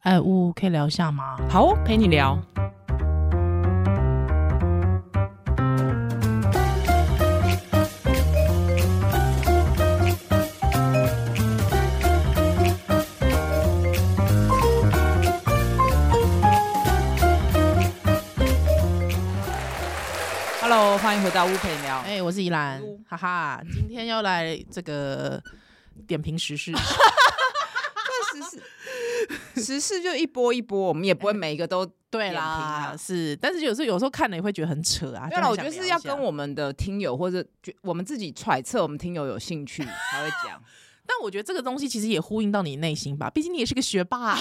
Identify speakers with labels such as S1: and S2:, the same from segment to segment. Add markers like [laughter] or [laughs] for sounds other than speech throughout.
S1: 哎，呜，可以聊一下吗？
S2: 好哦，陪你聊。Hello，欢迎回到屋陪你聊。
S1: 哎，我是宜兰
S2: 呜，
S1: 哈哈，今天要来这个点评时事，
S2: 时事，时事就一波一波，我们也不会每一个都
S1: [laughs] 对
S2: 点评
S1: 啦
S2: 啊，
S1: 是，但是有时候有时候看了也会觉得很扯啊。
S2: 对了，我觉
S1: 就
S2: 得
S1: 很想聊
S2: 是要
S1: 一下
S2: 跟，我们的听友或者觉我们自己揣测，我们听友有兴趣才会
S1: [laughs]
S2: 讲。
S1: 但我觉得这个东西其实也呼应到你内心吧，毕竟你也是个学霸啊。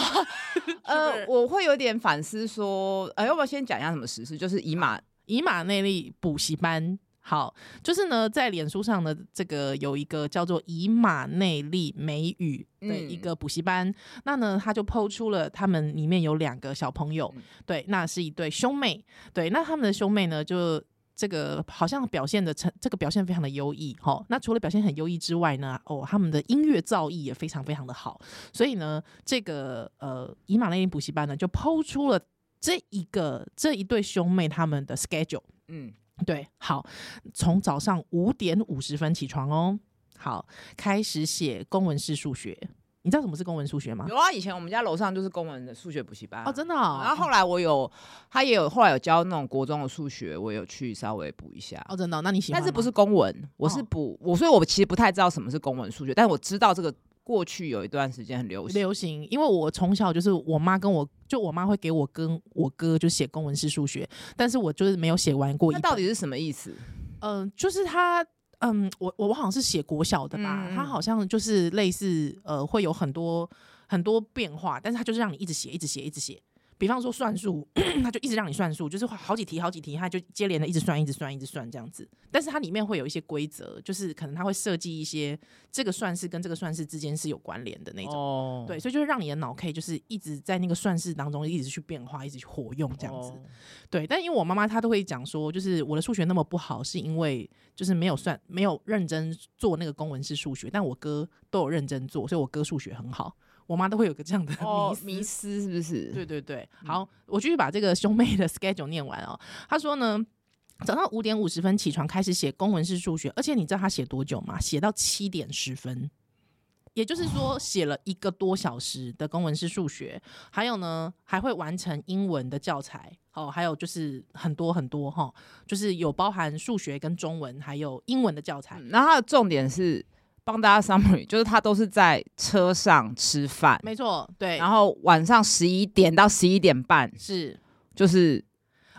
S2: 呃，我会有点反思说，呃，要不要先讲一下什么实事？就是以马
S1: 以马内利补习班。好，就是呢，在脸书上的这个有一个叫做以马内利美语的一个补习班，那呢，他就抛出了他们里面有两个小朋友，
S2: 嗯
S1: 对，那是一对兄妹，对，那他们的兄妹呢，就这个好像表现的成，这个表现非常的优异，哈，那除了表现很优异之外呢，哦，他们的音乐造诣也非常非常的好，所以呢，这个呃以马内利补习班呢，就抛出了这一个这一对兄妹他们的 schedule。
S2: 嗯，
S1: 对，好，从早上五点五十分起床哦，好，开始写公文式数学。你知道什么是公文数学吗？
S2: 有啊，以前我们家楼上就是公文的数学补习班啊
S1: 哦，真的、哦，
S2: 然后后来我有，他也有后来有教那种国中的数学，我有去稍微补一下。
S1: 哦，真的哦、那你喜欢
S2: 但
S1: 吗？
S2: 是不是公文，我是
S1: 哦
S2: 补、我，所以我其实不太知道什么是公文数学，但我知道这个过去有一段时间很流行。
S1: 流行，因为我从小就是我妈跟我，就我妈会给我跟我哥就写公文式数学，但是我就是没有写完过一
S2: 那
S1: 本。
S2: 到底是什么意思？
S1: 嗯、就是他，嗯，我我我好像是写国小的吧，
S2: 嗯嗯
S1: 他好像就是类似呃，会有很多很多变化，但是他就是让你一直写，一直写，一直写。比方说算术， [clears throat] 他就一直让你算数，就是好几题好几题，他就接连的一直算，一直算，一直算这样子。但是它里面会有一些规则，就是可能他会设计一些这个算式跟这个算式之间是有关联的那种。
S2: 哦
S1: 对，所以就是让你的脑可以就是一直在那个算式当中一直去变化，一直去活用这样子。
S2: 哦
S1: 对，但因为我妈妈她都会讲说，就是我的数学那么不好，是因为就是没有算没有认真做那个公文式数学，但我哥都有认真做，所以我哥数学很好。我妈都会有个这样的迷
S2: 哦，
S1: 思。
S2: 迷失是不是？
S1: 对对对，
S2: 嗯
S1: 好，我继续把这个兄妹的 schedule 念完哦。她说呢。早上五点五十分起床，开始写公文式数学，而且你知道她写多久吗？写到七点十分，也就是
S2: 哦
S1: 说写了一个多小时的公文式数学。还有呢，还会完成英文的教材哦，还有就是很多很多哈、就是有包含数学跟中文，还有英文的教材。
S2: 嗯然后它的重点是帮大家 summary，就是他都是在车上吃饭，
S1: 没错，对，
S2: 然后晚上十一点到十一点半
S1: 是，
S2: 就是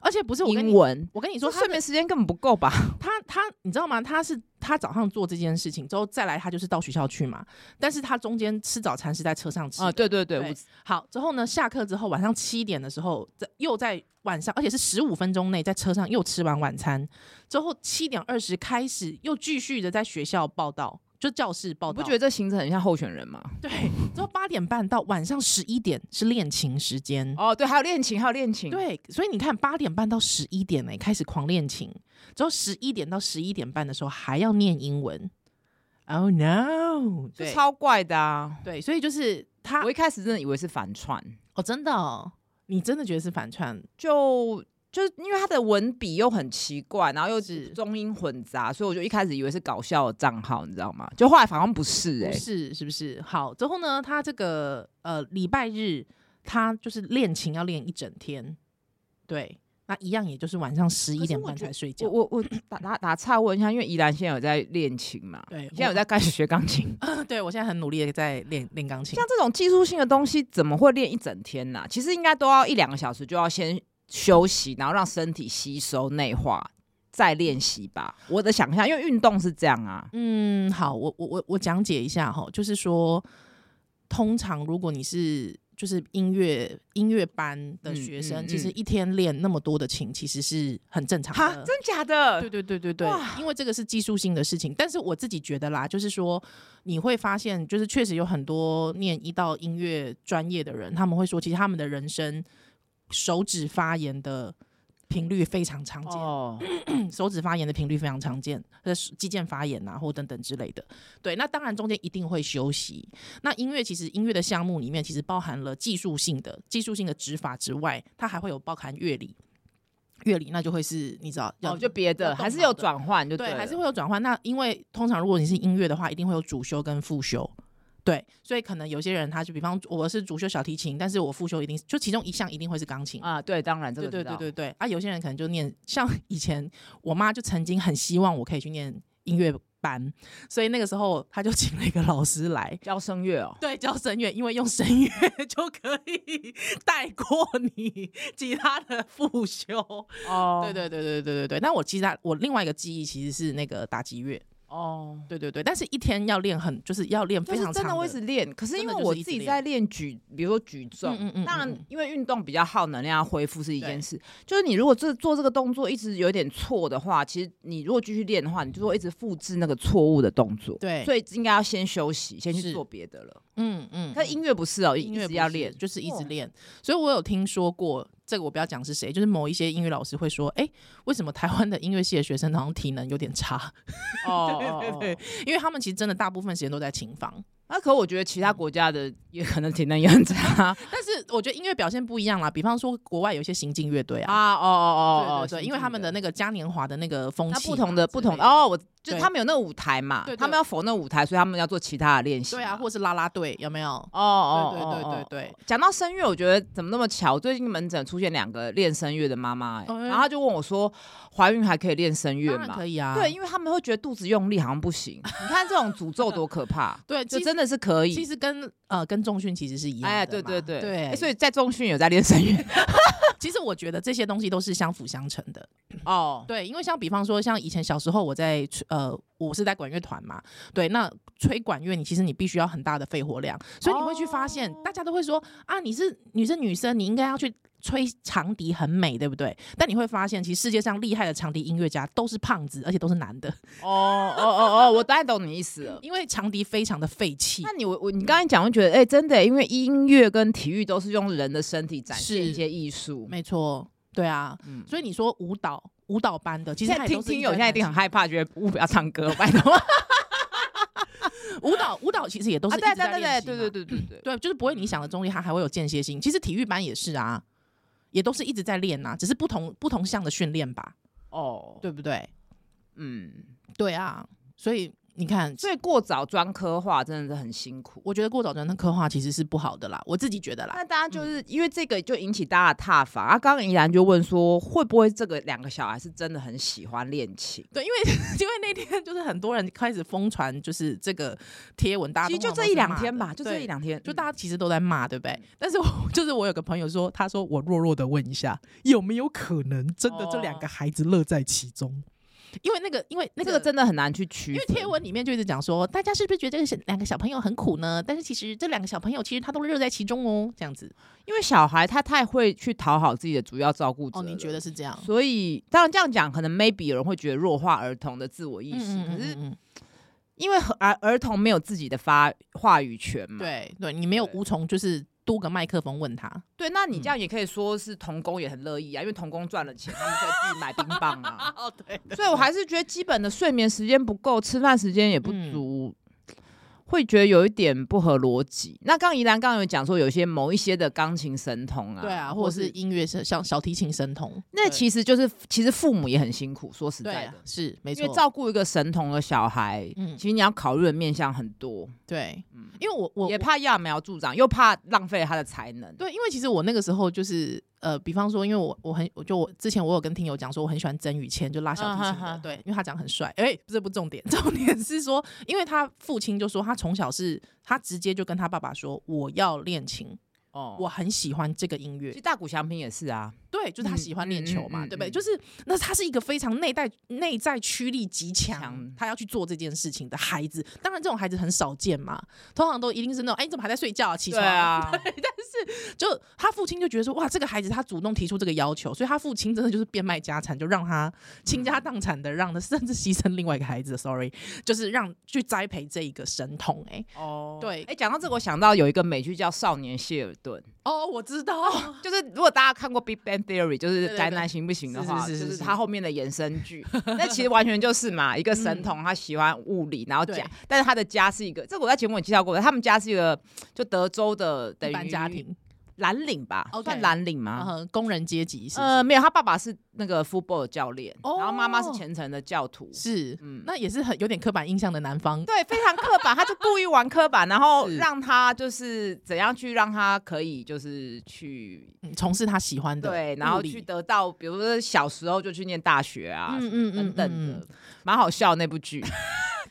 S1: 而且不是我跟
S2: 英
S1: 你，
S2: 文。
S1: 我跟你
S2: 你
S1: 说，
S2: 说
S1: 他
S2: 睡眠时间根本不够吧？
S1: 他他，你知道吗？他是他早上做这件事情之后，再来他就是到学校去嘛。但是他中间吃早餐是在车上吃的。
S2: 啊，对对对，
S1: 对
S2: 我
S1: 好，之后呢，下课之后晚上七点的时候，在又在晚上，而且是十五分钟内在车上又吃完晚餐，之后七点二十开始又继续的在学校报道，就教室报
S2: 你
S1: 道。
S2: 不觉得这行程很像候选人吗？
S1: 对？之后八点半到晚上十一点是练琴时间。
S2: 哦，对，还有恋情，还有恋情，，
S1: 对，所以你看，八点半到十一点呢、开始狂练琴，之后十一点到十一点半的时候还要念英文。Oh no！
S2: 就
S1: 对
S2: 超怪的啊！
S1: 对，所以就是他
S2: 我一开始真的以为是反串，
S1: 哦，真的、哦，你真的觉得是反串？
S2: 就就是因为他的文笔又很奇怪，然后又
S1: 是
S2: 中英混杂，所以我就一开始以为是搞笑的账号，你知道吗？就后来好像不是哎、
S1: 不是，是不是？好，之后呢，他这个呃礼拜日他就是练琴要练一整天，对，那一样也就是晚上十一
S2: 可是
S1: 点
S2: 我
S1: 半
S2: 觉
S1: 才睡觉
S2: 我。我我打打打岔问一下，因为宜兰现在有在练琴嘛？
S1: 对
S2: 现在有在开始学钢琴。
S1: [laughs] 对我现在很努力的在练练钢琴
S2: 像。这种技术性的东西，怎么会练一整天呢、其实应该都要一两个小时，就要先休息，然后让身体吸收内化，再练习吧。我的想象，因为运动是这样啊。
S1: 嗯，好，我我我我讲解一下哈，就是说，通常如果你是就是音乐音乐班的
S2: 嗯
S1: 学
S2: 嗯
S1: 生，
S2: 嗯
S1: 其实一天练那么多的琴，其实是很正常
S2: 哈，
S1: 的。
S2: 真假的
S1: 对？对对对对
S2: 哇，
S1: 因为这个是技术性的事情，但是我自己觉得啦，就是说你会发现，就是确实有很多念一到音乐专业的人，他们会说，其实他们的人生手指发炎的频率非常常见，
S2: 哦，
S1: 手指发炎的频率非常常见，呃，肌腱发炎啊，或等等之类的。对，那当然中间一定会休息。那音乐其实音乐的项目里面，其实包含了技术性的、技术性的指法之外，它还会有包含乐理。乐理那就会是你知道，要、
S2: 哦，就别
S1: 要
S2: 的
S1: 动
S2: 还是
S1: 脑
S2: 有
S1: 的
S2: 转换，就
S1: 对，还是
S2: 了
S1: 会有转换。那因为通常如果你是音乐的话，一定会有主修跟副修。对，所以可能有些人他就比方我是主修小提琴，但是我副修一定就其中一项一定会是钢琴。
S2: 啊，对，当然这
S1: 对
S2: 个
S1: 对
S2: 知道
S1: 对对对，啊，有些人可能就念，像以前我妈就曾经很希望我可以去念音乐班，所以那个时候她就请了一个老师来，
S2: 教声乐哦，
S1: 对，教声乐，因为用声乐 [laughs] 就可以 [laughs] 带过你其他的复修。
S2: 哦
S1: 对对对对对对对。那我其实我另外一个记忆其实是那个打击乐，
S2: 哦，
S1: 对对对，但是一天要练很，就是要练
S2: 就
S1: 非
S2: 是
S1: 常长
S2: 真的会一直练，可是
S1: 真
S2: 因
S1: 的
S2: 为
S1: 就是
S2: 我
S1: 一
S2: 自
S1: 直
S2: 己
S1: 练
S2: 在练举，比如说举重，
S1: 嗯嗯嗯嗯嗯
S2: 当然因为运动比较耗能量，要恢复是一件
S1: 对
S2: 事。就是你如果这做这个动作一直有点错的话，其实你如果继续练的话，你就会一直复制那个错误的动作。
S1: 对
S2: 所以应该要先休息，先
S1: 是
S2: 去做别的了。
S1: 嗯嗯，
S2: 可是音乐不是哦，哦一
S1: 音乐
S2: 一直
S1: 不
S2: 要
S1: 是
S2: 练，
S1: 就是一直
S2: 哇
S1: 练。所以我有听说过，这个我不要讲是谁，就是某一些音乐老师会说，哎、为什么台湾的音乐系的学生好像体能有点差？
S2: 哦
S1: [laughs] 对对对，因为他们其实真的大部分时间都在琴房，
S2: 那可我觉得其他国家的也可能体能也啊
S1: [laughs]
S2: 很差
S1: 但是我觉得音乐表现不一样啦。比方说国外有一些行进乐队啊。
S2: 啊！哦哦
S1: 对对对，因为他们的那个嘉年华的那个风
S2: 那
S1: 气嘛，
S2: 不同的
S1: 之
S2: 不同
S1: 类
S2: 的哦，我就
S1: 对
S2: 他们有那个舞台嘛
S1: 对对，
S2: 他们要否那舞台，所以他们要做其他的练习嘛。
S1: 对啊，或是啦啦队有没有？
S2: 哦哦，
S1: 对对
S2: 哦
S1: 对对。
S2: 哦讲到声乐，我觉得怎么那么巧？最近门诊出现两个练声乐的妈妈、欸，
S1: 哦哎
S2: 然后她就问我说：“怀孕还可以练声乐
S1: 当然
S2: 吗
S1: 可？”以啊，，
S2: 哦对，因为他们会觉得肚子用力好像不 [laughs] 行。你看这种诅咒多可怕
S1: 对，其
S2: 就
S1: 实
S2: 真的是可
S1: 其
S2: 以。
S1: 实跟呃跟重训其实是一样的嘛，
S2: 哎，对对对
S1: 对，
S2: 哎所以在中训有在练声 [laughs] 乐
S1: 其实我觉得这些东西都是相辅相成的。
S2: 哦。
S1: 对，因为像比方说，像以前小时候我在吹呃，我是在管乐团嘛，对，那吹管乐你其实你必须要很大的肺活量，所以你会去发现，大家都会说啊，你是女生女生，你应该要去吹长笛很美，对不对？但你会发现，其实世界上厉害的长笛音乐家都是胖子，而且都是男的，
S2: 哦哦哦哦，我大概懂你意思 [laughs] 了。
S1: 因为长笛非常的废气
S2: 那。你我我你刚才讲，我觉得哎、真的、因为音乐跟体育都是用人的身体展现
S1: 是
S2: 一些艺术。
S1: 没错，对啊，
S2: 嗯，
S1: 所以你说舞蹈舞蹈班的，其
S2: 现
S1: 实
S2: 在
S1: 他也
S2: 听
S1: 都是
S2: 听
S1: 一
S2: 友
S1: 堆
S2: 现在一定
S1: 男
S2: 很害怕，觉得不不要唱歌，拜托。
S1: 舞蹈舞蹈其实也都是
S2: 啊，
S1: 一
S2: 对
S1: 直
S2: 对
S1: 在练
S2: 对
S1: 习
S2: 对
S1: 嘛
S2: 对对对对对。
S1: 对，就是不会你想的中立，它还会有间歇性。其实体育班也是啊，也都是一直在练呐、只是不同不同项的训练吧，
S2: 哦，
S1: 对不对？
S2: 嗯，
S1: 对啊，所以你看，
S2: 所以过早专科化真的是很辛苦。
S1: 我觉得过早专的刻画其实是不好的啦，我自己觉得啦。
S2: 那大家就是、
S1: 嗯
S2: 因为这个就引起大家的挞伐啊。刚刚怡然就问说，会不会这个两个小孩是真的很喜欢练琴？
S1: 对，因为 [laughs] 因为那天就是很多人开始疯传，就是这个贴文，大家
S2: 其实
S1: 都
S2: 就
S1: 好像
S2: 这一
S1: 是
S2: 两
S1: 骂
S2: 天
S1: 的
S2: 吧，就这
S1: 对
S2: 一两天，
S1: 就
S2: 嗯
S1: 大家其实都在骂，对不对？但是我就是我有个朋友说，他说我弱弱的问一下，有没有可能真的这两
S2: 哦
S1: 个孩子乐在其中？因为那个，因为那
S2: 这
S1: 个
S2: 个真的很难去区分，
S1: 因为贴文里面就一直讲说，大家是不是觉得这个小两个小朋友很苦呢？但是其实这两个小朋友其实他都乐在其中哦，这样子。
S2: 因为小孩他太会去讨好自己的主要照顾者
S1: 哦，
S2: 了，
S1: 你觉得是这样？
S2: 所以，当然这样讲，可能 maybe 有人会觉得弱化儿童的自我意
S1: 嗯
S2: 识，
S1: 嗯嗯
S2: 可是
S1: 嗯嗯
S2: 因为和儿儿童没有自己的发话语权嘛，
S1: 对对，你没有
S2: 对
S1: 无从就是嘟个麦克风问他，
S2: 对，那你这
S1: 嗯
S2: 样也可以说是童工也很乐意啊，因为童工赚了钱，他们可以自己买冰棒
S1: [laughs]
S2: 啊。
S1: [laughs] 哦对，
S2: 所以我还是觉得基本的睡眠时间不够，吃饭时间也不
S1: 嗯
S2: 足，会觉得有一点不合逻辑。那刚怡兰刚刚有讲说，有一些某一些的钢琴神童啊，
S1: 对啊，或者是音乐是像小提琴神童，
S2: 那
S1: 对
S2: 其实就是其实父母也很辛苦，说实
S1: 对
S2: 在
S1: 啊
S2: 的。
S1: 是没
S2: 因为
S1: 错，
S2: 照顾一个神童的小孩，
S1: 嗯
S2: 其实你要考虑的面向很多，
S1: 对，因为我我
S2: 也
S1: 我
S2: 怕揠苗助长，又怕浪费他的才能。
S1: 对，因为其实我那个时候就是呃，比方说，因为我我很我就我之前我有跟听友讲说，我很喜欢曾宇谦，就拉小提琴的，
S2: 嗯哼哼
S1: 对，因为他长得很帅。哎、这不重点， [laughs] 重点是说，因为他父亲就说他从小是他直接就跟他爸爸说我要练琴，
S2: 哦
S1: 我很喜欢这个音
S2: 其
S1: 乐
S2: 实，大谷翔平也是啊，
S1: 对，就是他
S2: 嗯
S1: 喜欢练球嘛，
S2: 嗯嗯嗯
S1: 对不对？
S2: 嗯
S1: 就是那他是一个非常内在内在驱力极强
S2: 强，
S1: 他要去做这件事情的孩子。当然，这种孩子很少见嘛，通常都一定是那种哎、你怎么还在睡觉啊？起
S2: 对
S1: 床啊
S2: 啊， [laughs]
S1: 就他父亲就觉得说，哇，这个孩子他主动提出这个要求，所以他父亲真的就是变卖家产，就让他倾家荡产的让他，甚至牺牲另外一个孩子，sorry，就是 [laughs] 让去栽培这一个神童、欸。哎，
S2: 哦
S1: 对
S2: 哎、讲到这个，我想到有一个美剧叫《少年谢尔顿。
S1: 哦，我知
S2: [laughs]
S1: 道，
S2: 就是如果大家看过《Big Bang Theory》，就
S1: 对
S2: 是
S1: 对
S2: 宅男行不行的话，
S1: 是是是是
S2: 就是
S1: 是嗯
S2: 它后面的衍生剧，那其实完全就是嘛，一个神童他喜欢物理，然后
S1: 对
S2: 家，但是他的家是一个，这个我在节目也介绍过的，他们家是一个就德州的等
S1: 一般
S2: 于
S1: 家庭，
S2: 蓝领吧
S1: OK 嗯
S2: 算蓝领
S1: 然
S2: 吗？
S1: 后呃工人阶级是不
S2: 呃，没有，他爸爸是那个 football 的教练，
S1: 哦
S2: 然后妈妈是虔诚的教徒，
S1: 是，是
S2: 嗯
S1: 那也是很有点刻板印象的南方，
S2: 对，非常刻板，他就故意玩刻板，然后
S1: 是
S2: 让他就是怎样去让他可以就是去
S1: 嗯从事他喜欢的物理，
S2: 对，然后去得到，比如说小时候就去念大学啊，
S1: 嗯嗯
S2: 等
S1: 嗯
S2: 等
S1: 嗯
S2: 的，蛮好笑那
S1: [laughs]
S2: 部剧，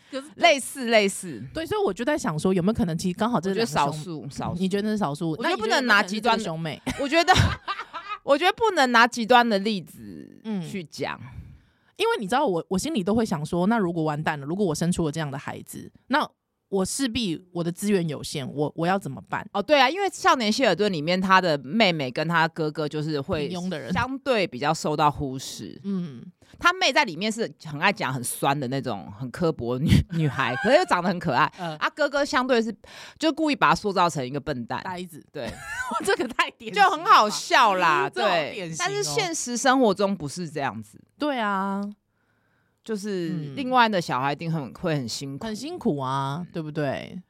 S1: 可是
S2: 类似类似，
S1: 对，所以我就在想说，有没有可能其实刚好
S2: 我
S1: 这
S2: 觉
S1: 是
S2: 得少
S1: 两个兄
S2: 数少数
S1: 你，觉得是少数？
S2: 觉
S1: 那
S2: 得
S1: 你
S2: 不能
S1: 有没有
S2: 拿
S1: 可是这
S2: 极
S1: 个
S2: 端的
S1: 兄妹，
S2: 我觉得 [laughs] 我觉得不能拿极端的例子
S1: 嗯
S2: 去讲，
S1: 因为你知道我，我心里都会想说，那如果完蛋了，如果我生出了这样的孩子，那我势必我的资源有限，我我要怎么办？
S2: 哦，对啊，因为《少年希尔顿》里面他的妹妹跟他哥哥就是会
S1: 平庸的人
S2: 相对比较受到忽视。
S1: 嗯，
S2: 他妹在里面是很爱讲很酸的那种很刻薄的女 [laughs] 女孩，可是又长得很可爱。
S1: 呃，
S2: 啊，哥哥相对是就故意把他塑造成一个笨蛋，
S1: 呆子，
S2: 对，
S1: [laughs] 这个太典
S2: 就
S1: 型
S2: 很啊
S1: 了
S2: 好
S1: 吧
S2: 笑啦。
S1: 这好
S2: 对
S1: 典，型
S2: 但是
S1: 哦
S2: 现实生活中不是这样子，
S1: 对啊，
S2: 就是
S1: 嗯
S2: 另外的小孩一定很会很辛苦，
S1: 很辛苦啊，对不对？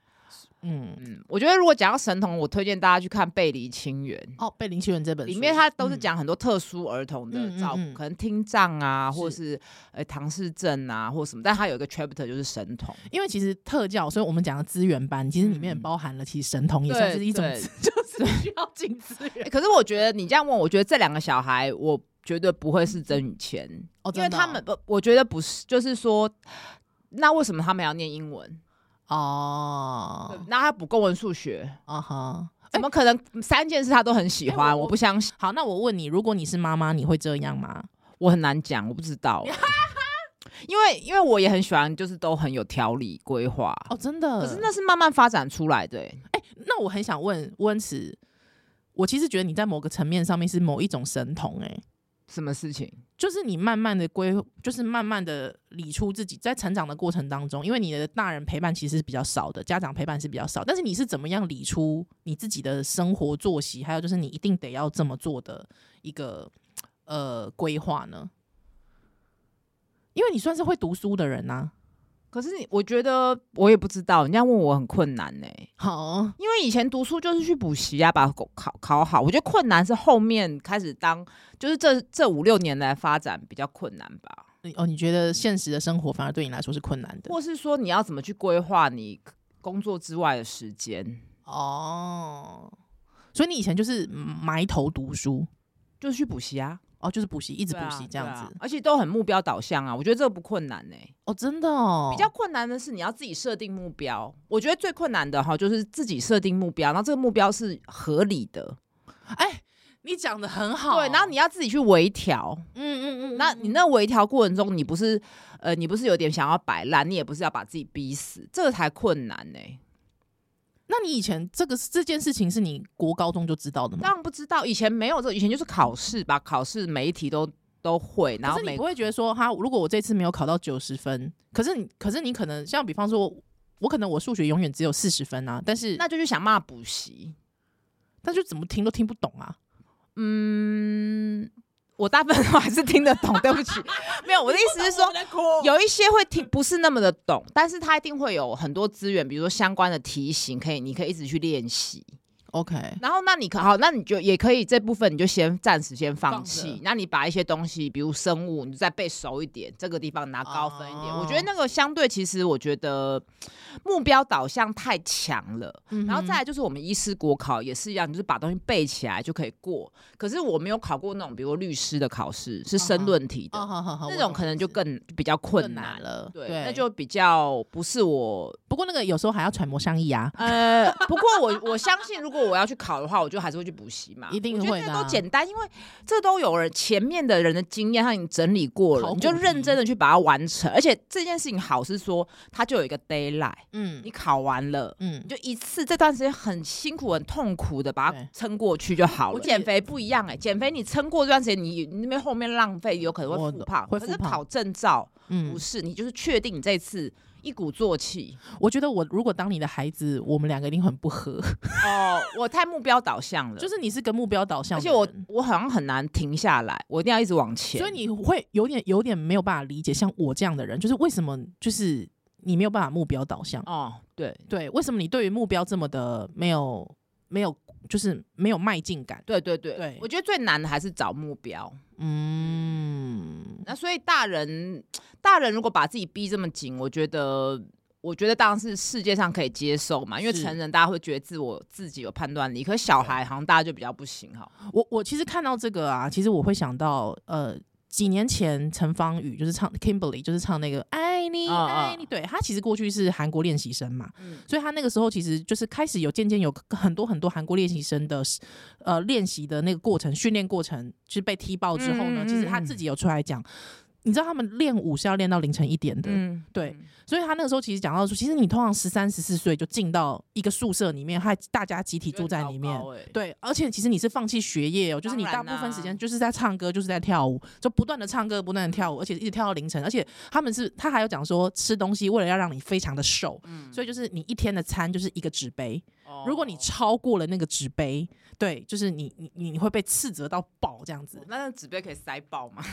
S1: 嗯，
S2: 嗯，我觉得如果讲到神童，我推荐大家去看《背离亲缘》。
S1: 哦，《被林奇人》这本
S2: 里
S1: 书
S2: 面他都是
S1: 嗯
S2: 讲很多特殊儿童的
S1: 嗯嗯
S2: 照顾，
S1: 嗯
S2: 可能听障啊，或
S1: 是
S2: 是呃唐氏症啊，或什么。但他有一个 chapter 就是神童，
S1: 因为其实特教，所以我们讲的资源班，其实里面
S2: 嗯
S1: 包含了其实神童也
S2: 对
S1: 算是一种
S2: 对
S1: 资，就是需要进资
S2: 欸 [laughs]
S1: 源。
S2: 可是我觉得你这样问，我觉得这两个小孩，我绝对不会是曾宇谦，
S1: 嗯哦
S2: 因
S1: 真
S2: 为
S1: 的
S2: 他们不，我觉得不是，就是说，那为什么他们要念英文？对
S1: 哦，
S2: 那他补公文数学，
S1: 啊哈。
S2: 怎么可能三件事他都很喜欢？
S1: 哎我
S2: 我不相信，
S1: 好，那我问你，如果你是妈妈，你会这样吗？
S2: 我很难讲，我不知
S1: [laughs]
S2: 道欸、因为因为我也很喜欢，就是都很有条理规划。
S1: 哦，真的。
S2: 可是那是慢慢发展出来的欸、
S1: 那我很想问温慈，我其实觉得你在某个层面上面是某一种神童、欸，
S2: 什么事情？
S1: 就是你慢慢的规，就是慢慢的理出自己在成长的过程当中，因为你的大人陪伴其实是比较少的，家长陪伴是比较少，但是你是怎么样理出你自己的生活作息，还有就是你一定得要这么做的一个呃规划呢？因为你算是会读书的人啊呐、
S2: 可是你，我觉得我也不知道，人家问我很困难欸呢、
S1: 好，
S2: 因为以前读书就是去补习啊，把考考考好。我觉得困难是后面开始当，就是这这五六年来发展比较困难吧，
S1: 你哦，你觉得现实的生活反而对你来说是困难的
S2: 或是说你要怎么去规划你工作之外的时间，
S1: 哦，所以你以前就是埋头读书
S2: 就是去补习啊，
S1: 哦，就是补习，一
S2: 一
S1: 直补习这样子、
S2: 而且都很目标导向啊。我觉得这个不困难呢、
S1: 哦，真的哦，
S2: 比较困难的是你要自己设定目标。我觉得最困难的哈，就是自己设定目标，然后这个目标是合理的，
S1: 哎，你讲的很好。
S2: 对，然后你要自己去微调。
S1: 嗯嗯嗯，
S2: 那你那微调过程中，你不是呃，你不是有点想要摆烂，你也不是要把自己逼死，这个才困难呢、
S1: 那你以前这个这件事情是你国高中就知道的吗？
S2: 当然不知道，以前没有这，以前就是考试吧，考试每一题都都会，然
S1: 可
S2: 后
S1: 是你
S2: 每
S1: 不会觉得说，哈，如果我这次没有考到九十分，可是你，可是你可能像比方说我，我可能我数学永远只有四十分啊，但是
S2: 那就去想办法补习。
S1: 但就怎么听都听不懂啊。
S2: 嗯，我大部分都还是听得懂，对不起，没有，我的意思是说。
S1: 有
S2: 有一些会听不是那么的懂，但是他一定会有很多资源，比如说相关的题型，可以你可以一直去练习。
S1: OK， [laughs]
S2: 然后那你可好，那你就也可以这部分你就先暂时先放
S1: 放
S2: 弃
S1: 着。
S2: 那你把一些东西，比如生物，你就再背熟一点，这个地方拿高分一点。
S1: 哦
S2: 我觉得那个相对其实我觉得目标导向太强了。
S1: 嗯哼
S2: 然后再来就是我们医师国考也是一样，你就是把东西背起来就可以过。可是我没有考过那种，比如律师的考试是申论题的，
S1: 哦，好好好，
S2: 那
S1: 我
S2: 种
S1: 懂
S2: 可能
S1: 意
S2: 就
S1: 思
S2: 更比较
S1: 更
S2: 困难
S1: 难。了。
S2: 对，
S1: 对，
S2: 那就比较不是我
S1: 不过那个有时候还要揣摩上意啊。
S2: 呃，不过我我相信，如果我要去考的话，我就还是会去补习嘛，
S1: 一定
S2: 我觉得
S1: 会的
S2: 这个
S1: 啊
S2: 都简单，因为这都有人前面的人的经验，让你整理过了，
S1: 考
S2: 你就
S1: 古
S2: 认
S1: 题
S2: 真的去把它完成。而且这件事情好是说，它就有一个 d a y l i g h
S1: 嗯
S2: t 你考完了。
S1: 嗯
S2: 你，就一次这段时间很辛苦、很痛苦的把它
S1: 对
S2: 撑过去就好
S1: 我
S2: 了。
S1: 记得
S2: 减肥不一样哎、减肥你撑过这段时间，你你那边后面浪费有可能
S1: 我
S2: 会复
S1: 懂
S2: 胖，
S1: 会
S2: 可
S1: 复
S2: 是
S1: 胖
S2: 考证照
S1: 嗯
S2: 不是，你就是确定你这次一鼓
S1: [laughs]
S2: 作气。
S1: 我觉得我如果当你的孩子，我们两个一定很不合，
S2: [laughs] 哦，我太目标导向了，
S1: 就是你是个目标导向
S2: 而
S1: 的
S2: 且
S1: 人，
S2: 我我好像很难停下来，我一定要一直往前。
S1: 所以你会有点有点没有办法理解，像我这样的人，就是为什么就是你没有办法目标导向，
S2: 哦，对
S1: 对，为什么你对于目标这么的没有没有就是没有迈进感？
S2: 对对对
S1: 对
S2: 我觉得最难的还是找目标。
S1: 嗯，
S2: 那所以大人大人如果把自己逼这么紧，我觉得。我觉得当然是世界上可以接受嘛，因为
S1: 是
S2: 成人大家会觉得自我自己有判断力，可是小孩好像大家就比较不行哈。
S1: 我我其实看到这个啊，其实我会想到呃。几年前，陈芳宇就是唱 Kimberly，就是唱那个爱你
S2: 啊啊
S1: 爱你，对他其实过去是韩国练习生嘛，
S2: 嗯，
S1: 所以他那个时候其实就是开始有渐渐有 [laughs] 很多很多韩国练习生的呃练习的那个过程、训练过程，就是被踢爆之后呢，
S2: 嗯嗯嗯
S1: 其实他自己有出来讲，你知道他们练舞是要练到凌晨一点的，
S2: 嗯，
S1: 对，所以他那个时候其实讲到说，其实你通常十三、十四岁就进到一个宿舍里面，还大家集体住在里面。
S2: 对，
S1: 对，而且其实你是放弃学业哦，就是你
S2: 当
S1: 大
S2: 然
S1: 部分时间
S2: 啦
S1: 就是在唱歌，就是在跳舞，就不断的唱歌，不断的跳舞，而且一直跳到凌晨。而且他们是，他还有讲说，吃东西为了要让你非常的瘦，
S2: 嗯
S1: 所以就是你一天的餐就是一个纸杯，
S2: 哦
S1: 如果你超过了那个纸杯，对，就是你你你你会被斥责到爆这样子。
S2: 那那纸杯可以塞爆嘛？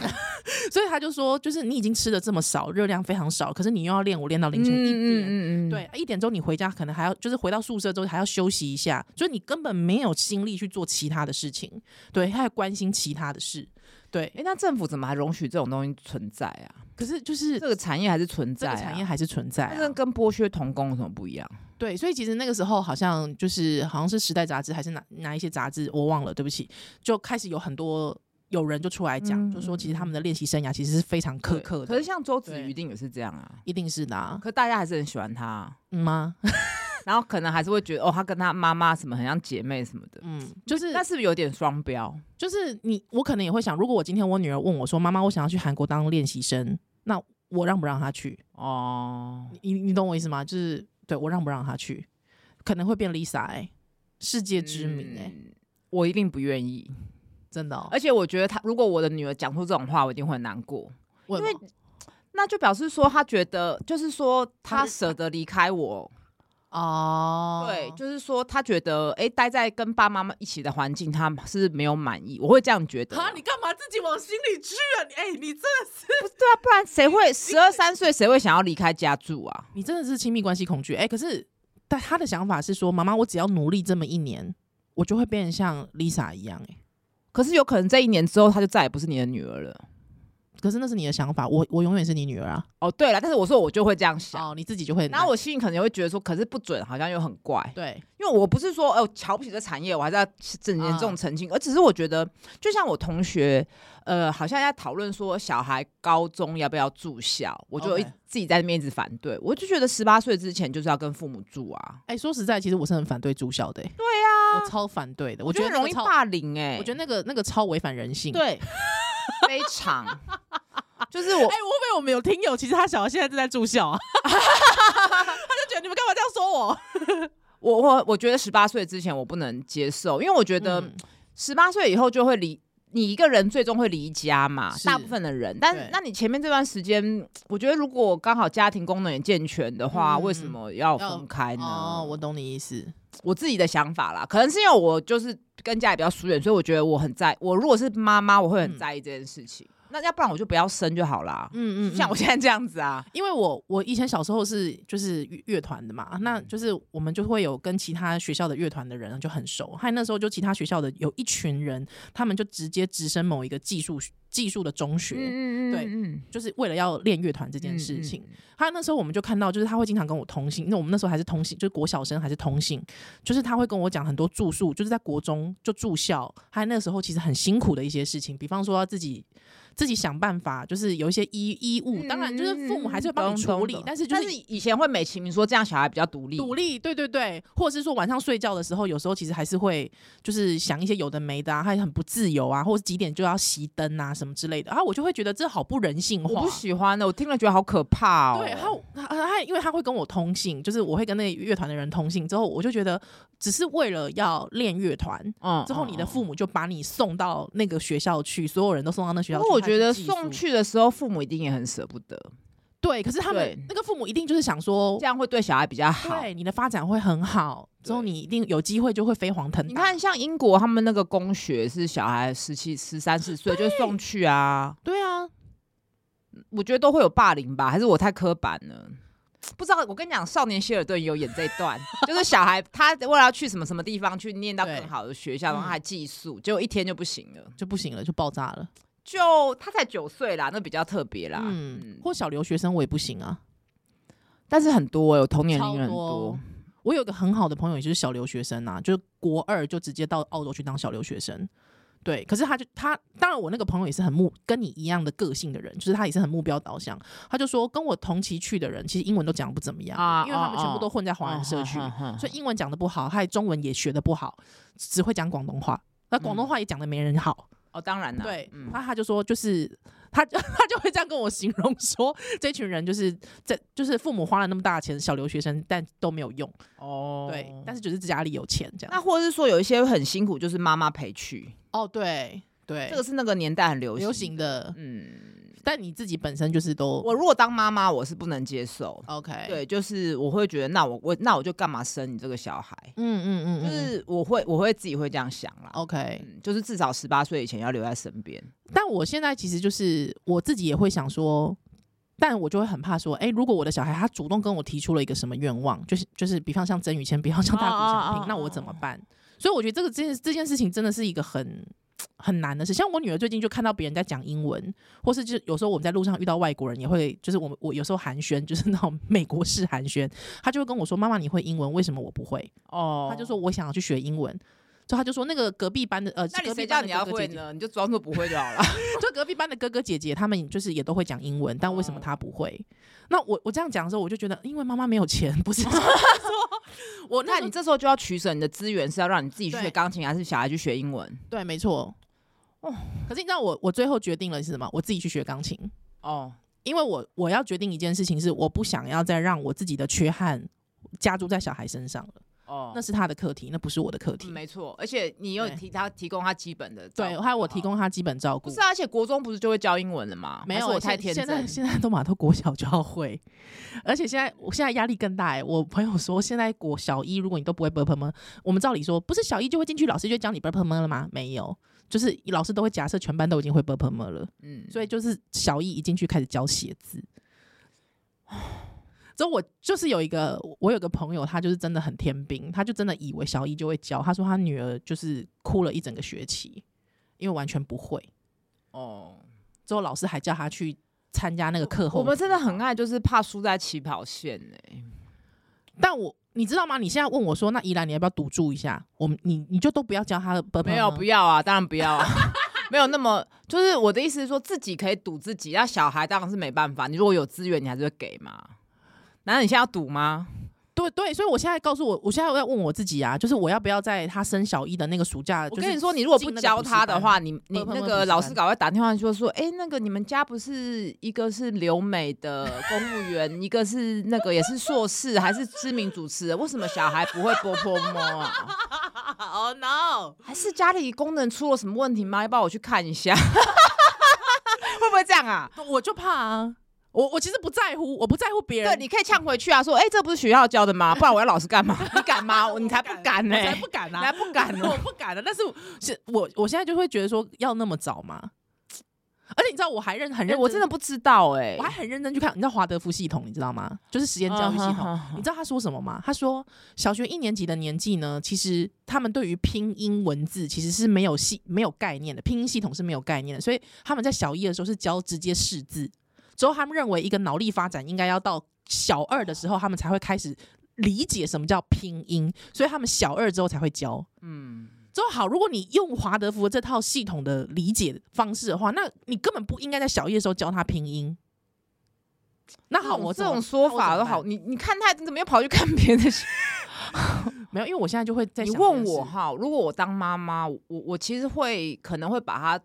S1: 所以他就说，就是你已经吃的这么少，热量非常少，可是你又要练舞练到凌晨一点。
S2: 嗯
S1: 对，啊一点钟你回家可能还要，就是回到宿舍之后还要休息一下，就是你根本没有心力去做其他的事情，对，还要关心其他的事，对。
S2: 哎、那政府怎么还容许这种东西存在啊？
S1: 可是就是
S2: 这个产业还是存
S1: 这
S2: 在、
S1: 个
S2: 啊，
S1: 产业还是存在、
S2: 那
S1: 啊
S2: 跟，跟剥削童工有什么不一样？
S1: 对，所以其实那个时候好像就是好像是《时代》杂志还是哪哪一些杂志，我忘了，对不起，就开始有很多有人就出来讲，
S2: 嗯
S1: 就说其实他们的练习生涯其实是非常苛
S2: 对
S1: 刻的，
S2: 可是像周子
S1: 对
S2: 瑜一定也是这样啊，
S1: 一定是的、啊、
S2: 可大家还是很喜欢他啊、
S1: 嗯吗？ [laughs]
S2: 然后可能还是会觉得哦，他跟他妈妈什么很像姐妹什么的，
S1: 嗯，就是
S2: 那是不是有点双标？
S1: 就是你，我可能也会想，如果我今天我女儿问我说：“妈妈，我想要去韩国当练习生，那我让不让她去
S2: 哦，？”
S1: 你你懂我意思吗？就是对我让不让她去，可能会变 Lisa 哎、世界知名哎、
S2: 嗯我一定不愿意。
S1: 真的、哦，
S2: 而且我觉得他，如果我的女儿讲出这种话，我一定会很难过。
S1: 因
S2: 因为那就表示说，他觉得就是说，他舍得离开我，
S1: 哦，
S2: 对，就是说他觉得，哎、待在跟爸妈妈一起的环境，他是没有满意，我会这样觉得。
S1: 啊，你干嘛自己往心里去啊？你哎、你这
S2: 对啊，不然谁会十二三岁谁会想要离开家住啊？
S1: 你真的是亲密关系恐惧哎、可是，但他的想法是说，妈妈，我只要努力这么一年，我就会变得像 Lisa 一样哎、
S2: 可是有可能这一年之后，她就再也不是你的女儿了。
S1: 可是那是你的想法，我我永远是你女儿啊！
S2: 哦，对了，但是我说我就会这样想，
S1: 哦，你自己就会。
S2: 然后我心里可能也会觉得说，可是不准，好像又很怪，
S1: 对，
S2: 因为我不是说哦、瞧不起这产业，我还是要整严
S1: 嗯
S2: 重澄清，而只是我觉得，就像我同学，呃，好像在讨论说小孩高中要不要住校，我就
S1: OK
S2: 一自己在那边一直反对，我就觉得十八岁之前就是要跟父母住啊，
S1: 哎、说实在，其实我是很反对住校的、对呀、我超反对的，我
S2: 我
S1: 觉得
S2: 很
S1: 那个
S2: 容易
S1: 超，
S2: 霸凌哎、
S1: 我觉得那个那个超违反人性。
S2: 对，非常， [laughs] 就是我
S1: 哎、我会不会我们有听友，其实他小孩现在正在住校啊？他就觉得你们干嘛这样说我？
S2: 我我我觉得十八岁之前我不能接受，因为我觉得
S1: 嗯
S2: 十八岁以后就会离。你一个人最终会离家嘛？
S1: 是
S2: 大部分的人，但
S1: 对
S2: 那你前面这段时间，我觉得如果刚好家庭功能也健全的话，
S1: 嗯
S2: 为什么要
S1: 要
S2: 分开呢？
S1: 哦，我懂你意思。
S2: 我自己的想法啦，可能是因为我就是跟家里比较疏远，所以我觉得我很在，我如果是妈妈，我会
S1: 嗯
S2: 很在意这件事情。那要不然我就不要生就好啦。
S1: 嗯嗯，
S2: 像我现在这样子啊，
S1: 因为我我以前小时候是就是乐乐团的嘛，那就是我们就会有跟其他学校的乐团的人就很熟，还有那时候就其他学校的有一群人，他们就直接直升某一个技术技术的中学，
S2: 嗯
S1: 对
S2: 嗯，
S1: 就是为了要练乐团这
S2: 这
S1: 件事情。还有那时候我们就看到，就是他会经常跟我通信，因为我们那时候还是通信，就是国小生还是通信，就是他会跟我讲很多住宿，就是在国中就住校，还有那时候其实很辛苦的一些事情，比方说要自己自己想办法，就是有一些衣衣物，
S2: 嗯
S1: 当然就是父母还是会帮你处理，但是就
S2: 但
S1: 是
S2: 是以前会美其名说这样小孩比较独立，
S1: 独立，对对对，或者是说晚上睡觉的时候，有时候其实还是会就是想一些有的没的啊，还很不自由啊，或者几点就要熄灯啊什么之类的，然后我就会觉得这好不人性化，
S2: 我不喜欢的，我听了觉得好可怕哦。
S1: 对，他他他，因为他会跟我通信，就是我会跟那个乐团的人通信之后，我就觉得只是为了要练乐团。
S2: 嗯
S1: 之后，你的
S2: 母，
S1: 父母就把你送到那个学校去，所有人都送到那学
S2: 因
S1: 校
S2: 为
S1: 去。
S2: 嗯我觉
S1: 他
S2: 得
S1: 是寄宿
S2: 送去的时候，父母一定也很舍不得，
S1: 对，可是他们
S2: 对
S1: 那个父母一定就是想说
S2: 这，样会对小孩比较好。
S1: 对你的发展会很好，之后
S2: 对
S1: 你一定有机会就会飞黄腾达。
S2: 你看，像英国他们那个公学是小孩十七、十三、四岁就送去啊，
S1: 对啊，
S2: 我觉得都会有霸凌吧，还是我太刻板了？不知道，我跟你讲，少年希尔顿有演这一段，就是小孩他为了要去什么什么地方去念到
S1: 对
S2: 更好的学校，然后
S1: 嗯
S2: 还寄宿，结果一天就不行了。
S1: 就不行了，就爆炸了。
S2: 就他才九岁啦，那比较特别啦。
S1: 嗯，或小留学生我也不行啊，
S2: 但是很多、欸、有同年
S1: 超
S2: 龄人很
S1: 多
S2: 多，
S1: 我有一个很好的朋友，也就是小留学生啊，就是国二就直接到澳洲去当小留学生。对，可是他就他，当然我那个朋友也是很目跟你一样的个性的人，就是他也是很目标导向。他就说跟我同期去的人，其实英文都讲得不怎么样，
S2: 啊
S1: 因为他们
S2: 哦
S1: 全部
S2: 哦
S1: 都混在华人社区，
S2: 嗯哼哼哼
S1: 所以英文讲的不好，还有中文也学的不好，只会讲广东话。那广东话也讲的没人好，
S2: 哦，当然啦，
S1: 对，
S2: 嗯
S1: 那、他就说，就是他他就会这样跟我形容说，这群人就是在就是父母花了那么大的钱，小留学生但都没有用，
S2: 哦
S1: 对，但是只是家里有钱这
S2: 那
S1: 样。
S2: 或者是说有一些很辛苦，就是妈妈陪去，
S1: 哦，对对
S2: 这个是那个年代很流行
S1: 流行
S2: 的。
S1: 的，
S2: 嗯，
S1: 但你自己本身就是都
S2: 我如果当妈妈，我是不能接受。
S1: OK，，
S2: 对，就是我会觉得，那我我那我就干嘛生你这个小孩？
S1: 嗯嗯嗯，嗯
S2: 就是我会我会自己会这样想啦。
S1: OK。
S2: 嗯，就是至少十八岁以前要留在身边。
S1: 但我现在其实就是我自己也会想说。但我就会很怕说，哎、如果我的小孩他主动跟我提出了一个什么愿望，就是就是，比方像曾宇谦，比方像大谷翔
S2: 哦哦哦
S1: 平，那我怎么办？所以我觉得这个这件这件事情真的是一个很很难的事。像我女儿最近就看到别人在讲英文，或是就是有时候我们在路上遇到外国人，也会就是我们我有时候寒暄，就是那种美国式寒暄，她就会跟我说：“妈妈，你会英文，为什么我不会？”
S2: 哦
S1: 她就说：“我想要去学英文。”所以她就说：“那个隔壁班的呃，
S2: 那你
S1: 隔壁
S2: 谁
S1: 班
S2: 叫
S1: 的
S2: 你要
S1: 哥哥姐
S2: 会
S1: 姐
S2: 呢？你就装作不会就好了。
S1: 就隔壁班的哥哥姐姐，他们就是也都会讲英文，但为什
S2: 嗯
S1: 么他不会？那我我这样讲的时候，我就觉得，因为妈妈没有钱，不是 [laughs] 这样说。我那
S2: 那
S1: 时
S2: 你
S1: 候
S2: 这时候就要取舍，你的资源是要让你自己去学
S1: 对
S2: 钢琴，还是小孩去学英文？
S1: 对，没错。哦，可是你知道我我最后决定了是什么？我自己去学钢琴，
S2: 哦，
S1: 因为我我要决定一件事情是，我不想要再让我自己的缺憾加诸在小孩身上了。
S2: 哦
S1: 那是他的课题，那不是我的课题。
S2: 嗯没错，而且你有
S1: 对
S2: 提他提供他基本的照顾，
S1: 对，还有我提
S2: 好
S1: 供他基本照
S2: 不
S1: 顾
S2: 是、。啊，而且国中不是就会教英文了吗？
S1: 没
S2: 还
S1: 有，
S2: 啊是我
S1: 现
S2: 太天
S1: 现在
S2: 真。
S1: 现在都马都国小就要会，而且现在我现在压力更大哎、我朋友说，现在国小一如果你都不会 burp 吗？我们照理说，不是小一就会进去，老师就会教你 burp 吗了吗？没有，就是老师都会假设全班都已经会 burp 吗了，
S2: 嗯
S1: 所以就是小一一进去开始教写字。之后我就是有一个，我有个朋友，他就是真的很天兵，他就真的以为小一就会教。他说他女儿就是哭了一整个学期，因为完全不会。
S2: 哦，
S1: 之后老师还叫他去参加那个课后，
S2: 我们真的很爱，就是怕输在起跑线呢、
S1: 但我你知道吗？你现在问我说，那依兰你要不要赌注一下？我们你你就都不要教他的 b u
S2: 没有，不要啊，当然不要啊。 [laughs] 没有那么，就是我的意思是说，自己可以赌自己，那小孩当然是没办法。你如果有资源，你还是会给嘛。难道你现在要赌吗？
S1: 对对，所以我现在告诉我，我现在要问我自己啊，就是我要不要在他升小一的那个暑假？
S2: 我
S1: 就是
S2: 跟你说，你如果不
S1: 进那个
S2: 教
S1: 补习
S2: 他的
S1: [laughs] 班，
S2: 话，你你
S1: 不不
S2: 那
S1: 不
S2: 个
S1: 不
S2: 老
S1: 是
S2: 师赶快打电话就说，哎、那个你们家不是一个是留美的公务员，一个是那个也是硕士，还是知名主持人，为什么小孩不会波波摸啊？，Oh
S1: 哦 no，
S2: 还是家里功能出了什么问题吗？要不要我去看一下？ [laughs] 会不会这样啊？
S1: 我就怕啊，我我其实不在乎，我不在乎别人，
S2: 对，你可以呛回去啊，说，哎、这不是学校教的吗？不然我要老师干嘛？你敢吗？你才不敢呢、
S1: 我才不敢
S2: 你
S1: 啊，
S2: 还不敢
S1: [laughs]
S2: 呢、
S1: 我不敢啊了。但是是我我现在就会觉得说，要那么早吗？而且你知道，我还认很
S2: 哎
S1: 认、
S2: 我真的。不知道哎、
S1: 我还很认真去看，你知道华德福系统，你知道吗？就是实验教育系统。
S2: 嗯
S1: 你知道他说什么吗？他说小学一年级的年纪呢，其实他们对于拼音文字其实是没有系没有概念的，拼音系统是没有概念的，所以他们在小一的时候是教直接识字，之后他们认为一个脑力发展应该要到小二的时候，他们才会开始理解什么叫拼音，所以他们小二之后才会教。
S2: 嗯。
S1: 之后好，如果你用华德福这套系统的理解方式的话，那你根本不应该在小一的时候教他拼音。那好，
S2: 好，我
S1: 我
S2: 嗯这
S1: 怎么
S2: 种说
S1: 那我怎
S2: 法
S1: 么
S2: 都
S1: 办
S2: 好，你你看他你怎么又跑去看别的？
S1: 没有，因为我现在就会在
S2: 你
S1: 想
S2: 问
S1: 这件
S2: 我
S1: 事，
S2: 哈，如果我当妈妈，我我其实会可能会把他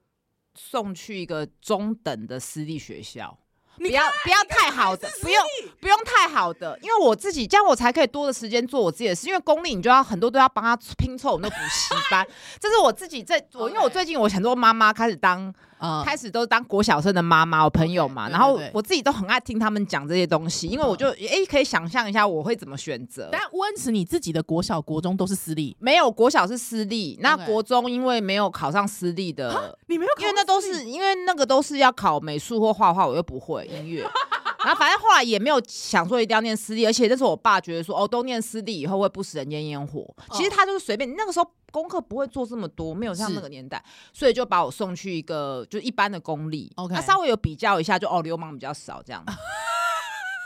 S2: 送去一个中等的私立学校。
S1: 你
S2: 不要不要太好的，不用不用太好的，因为我自己这样我才可以多的时间做我自己的事。因为公立你就要很多都要帮 [laughs] 他拼凑我们的补习班，这是我自己在我因为我
S1: OK
S2: 最近我很多妈妈开始当
S1: 啊，
S2: 开始都是当国小生的妈妈，我朋友嘛，
S1: 对对
S2: 然后
S1: 对嗯
S2: 我自己都很爱听他们讲这些东西，因为我就哎、可以想象一下我会怎么选择。
S1: 但温慈你自己的国小、国中都是私立，
S2: 没有国小是私立，那
S1: OK
S2: 国中因为没有考上私立的，
S1: 你没有
S2: 因为那都是因为那个都是要考美术或画画，我又不会音
S1: [laughs]
S2: 乐。然后反正后来也没有想说一定要念私立，而且那时候我爸觉得说哦，都念私立以后会不食人间烟火。
S1: 哦
S2: 其实他就是随便，那个时候功课不会做这么多，没有像
S1: 是
S2: 那个年代，所以就把我送去一个就一般的公立。
S1: OK
S2: 那稍微有比较一下就，哦流氓比较少
S1: [laughs]
S2: 这样。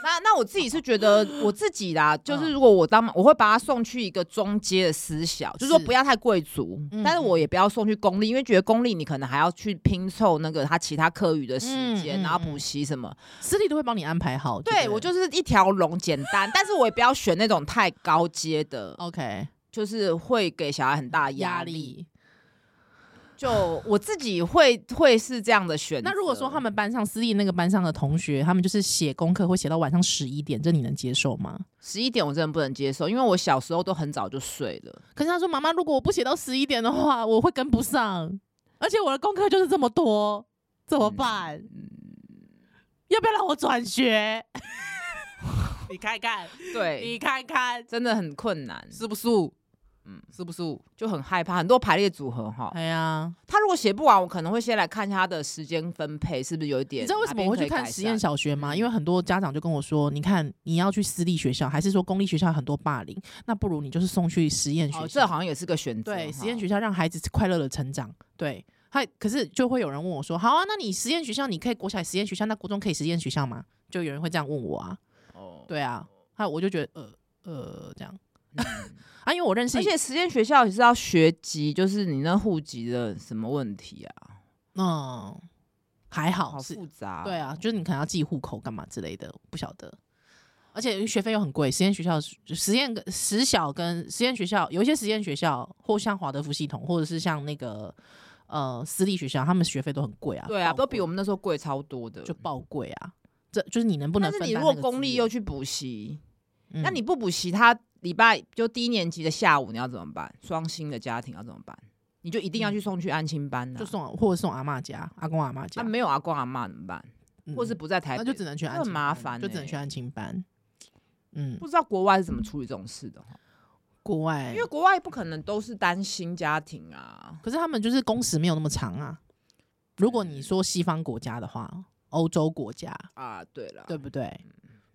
S2: 那那我自己是觉得我自己啦，
S1: 嗯
S2: 就是如果我当我会把他送去一个中阶的私小，就是说
S1: 是
S2: 不要太贵族，
S1: 嗯
S2: 但是我也不要送去公立，因为觉得公立你可能还要去拼凑那个他其他课余的时间，
S1: 嗯嗯
S2: 然后
S1: 嗯
S2: 补习什么。
S1: 私立都会帮你安排好。
S2: 对
S1: 不
S2: 我就是一条龙，简单，但是我也不要选那种太高阶的，
S1: OK
S2: 就是会给小孩很大压
S1: 压
S2: 力。
S1: 力。
S2: 就我自己会会是这样的选择。
S1: 那如果说他
S2: 们
S1: 们班上私立那个班上的同学，他们就是写功课会写到晚上十一点，这你能接受吗？
S2: 十一点，我真的不能接受，因为我小时候都很早就睡了。
S1: 可是他说：“妈妈，如果我不写到十一点的话，我会跟不上，而且我的功课就是这么多，怎么办？要不要让我转学？ [laughs] 你看 [laughs] 看，
S2: 对，
S1: 你看看，
S2: 真的很困难，
S1: 是不是？嗯
S2: 嗯，
S1: 是不是？
S2: 就很害怕。很多排列组合哈，
S1: 哎呀，
S2: 他如果写不完，我可能会先来看一下他的时间分配是不是有一点。
S1: 你知道为什么我会去看实验
S2: 小？
S1: 小学吗？
S2: 嗯
S1: 因为很多家长就跟我说，你看你要去私立学校，还是说公立学校很多霸凌，那不如你就是送去实验学
S2: 哦，
S1: 校。
S2: 这好像也是个选择哈。
S1: 对，实验学校让孩子快乐的成长。对，还可是就会有人问我说，好啊，那你实验学校你可以国小实验学校，那国中可以实验学校吗？就有人会这样问我啊。
S2: 哦，
S1: 对啊，还有我就觉得呃呃这样
S2: 嗯。
S1: 啊，因为我认识，
S2: 而且实验学校也是要学籍，就是你那户籍的什么问题啊？
S1: 嗯，还好
S2: 好
S1: 哦是
S2: 复杂。
S1: 对，啊，就是你可能要记户口干嘛之类的，不晓得。而且学费又很贵，实验学校、实验跟实小跟实验学校，有一些实验学校或像华德福系统，或者是像那个呃私立学校，他们学费都很贵啊。
S2: 对啊，
S1: 爆
S2: 都
S1: 贵
S2: 比我们那时候贵超多的。
S1: 就爆贵啊。这就是你能不能
S2: 但
S1: 分
S2: 是
S1: 担那
S2: 你如
S1: 个资源？
S2: 果公立又去补习，
S1: 嗯，
S2: 那你不补习，他礼拜就低年级的下午你要怎么办？双薪的家庭要怎么办？你就一定要去送去安亲班呐、
S1: 嗯就送或者送阿嬷家、阿公阿嬷家
S2: 啊，，没有阿公阿妈怎么办？
S1: 嗯
S2: 或是不在台
S1: 那
S2: 北，
S1: 就只能去
S2: 这
S1: 安亲
S2: 很麻
S1: 班
S2: 烦
S1: 就只能
S2: 欸
S1: 去安亲班。嗯
S2: 不，知道国外是怎么处理这种事的哦，
S1: 国外
S2: 因为国外不可能都是单薪家庭啊。
S1: 可是他们就是工时没有那么长啊。如果你说西方国家的话，欧洲国家
S2: 啊，对了，
S1: 对不对？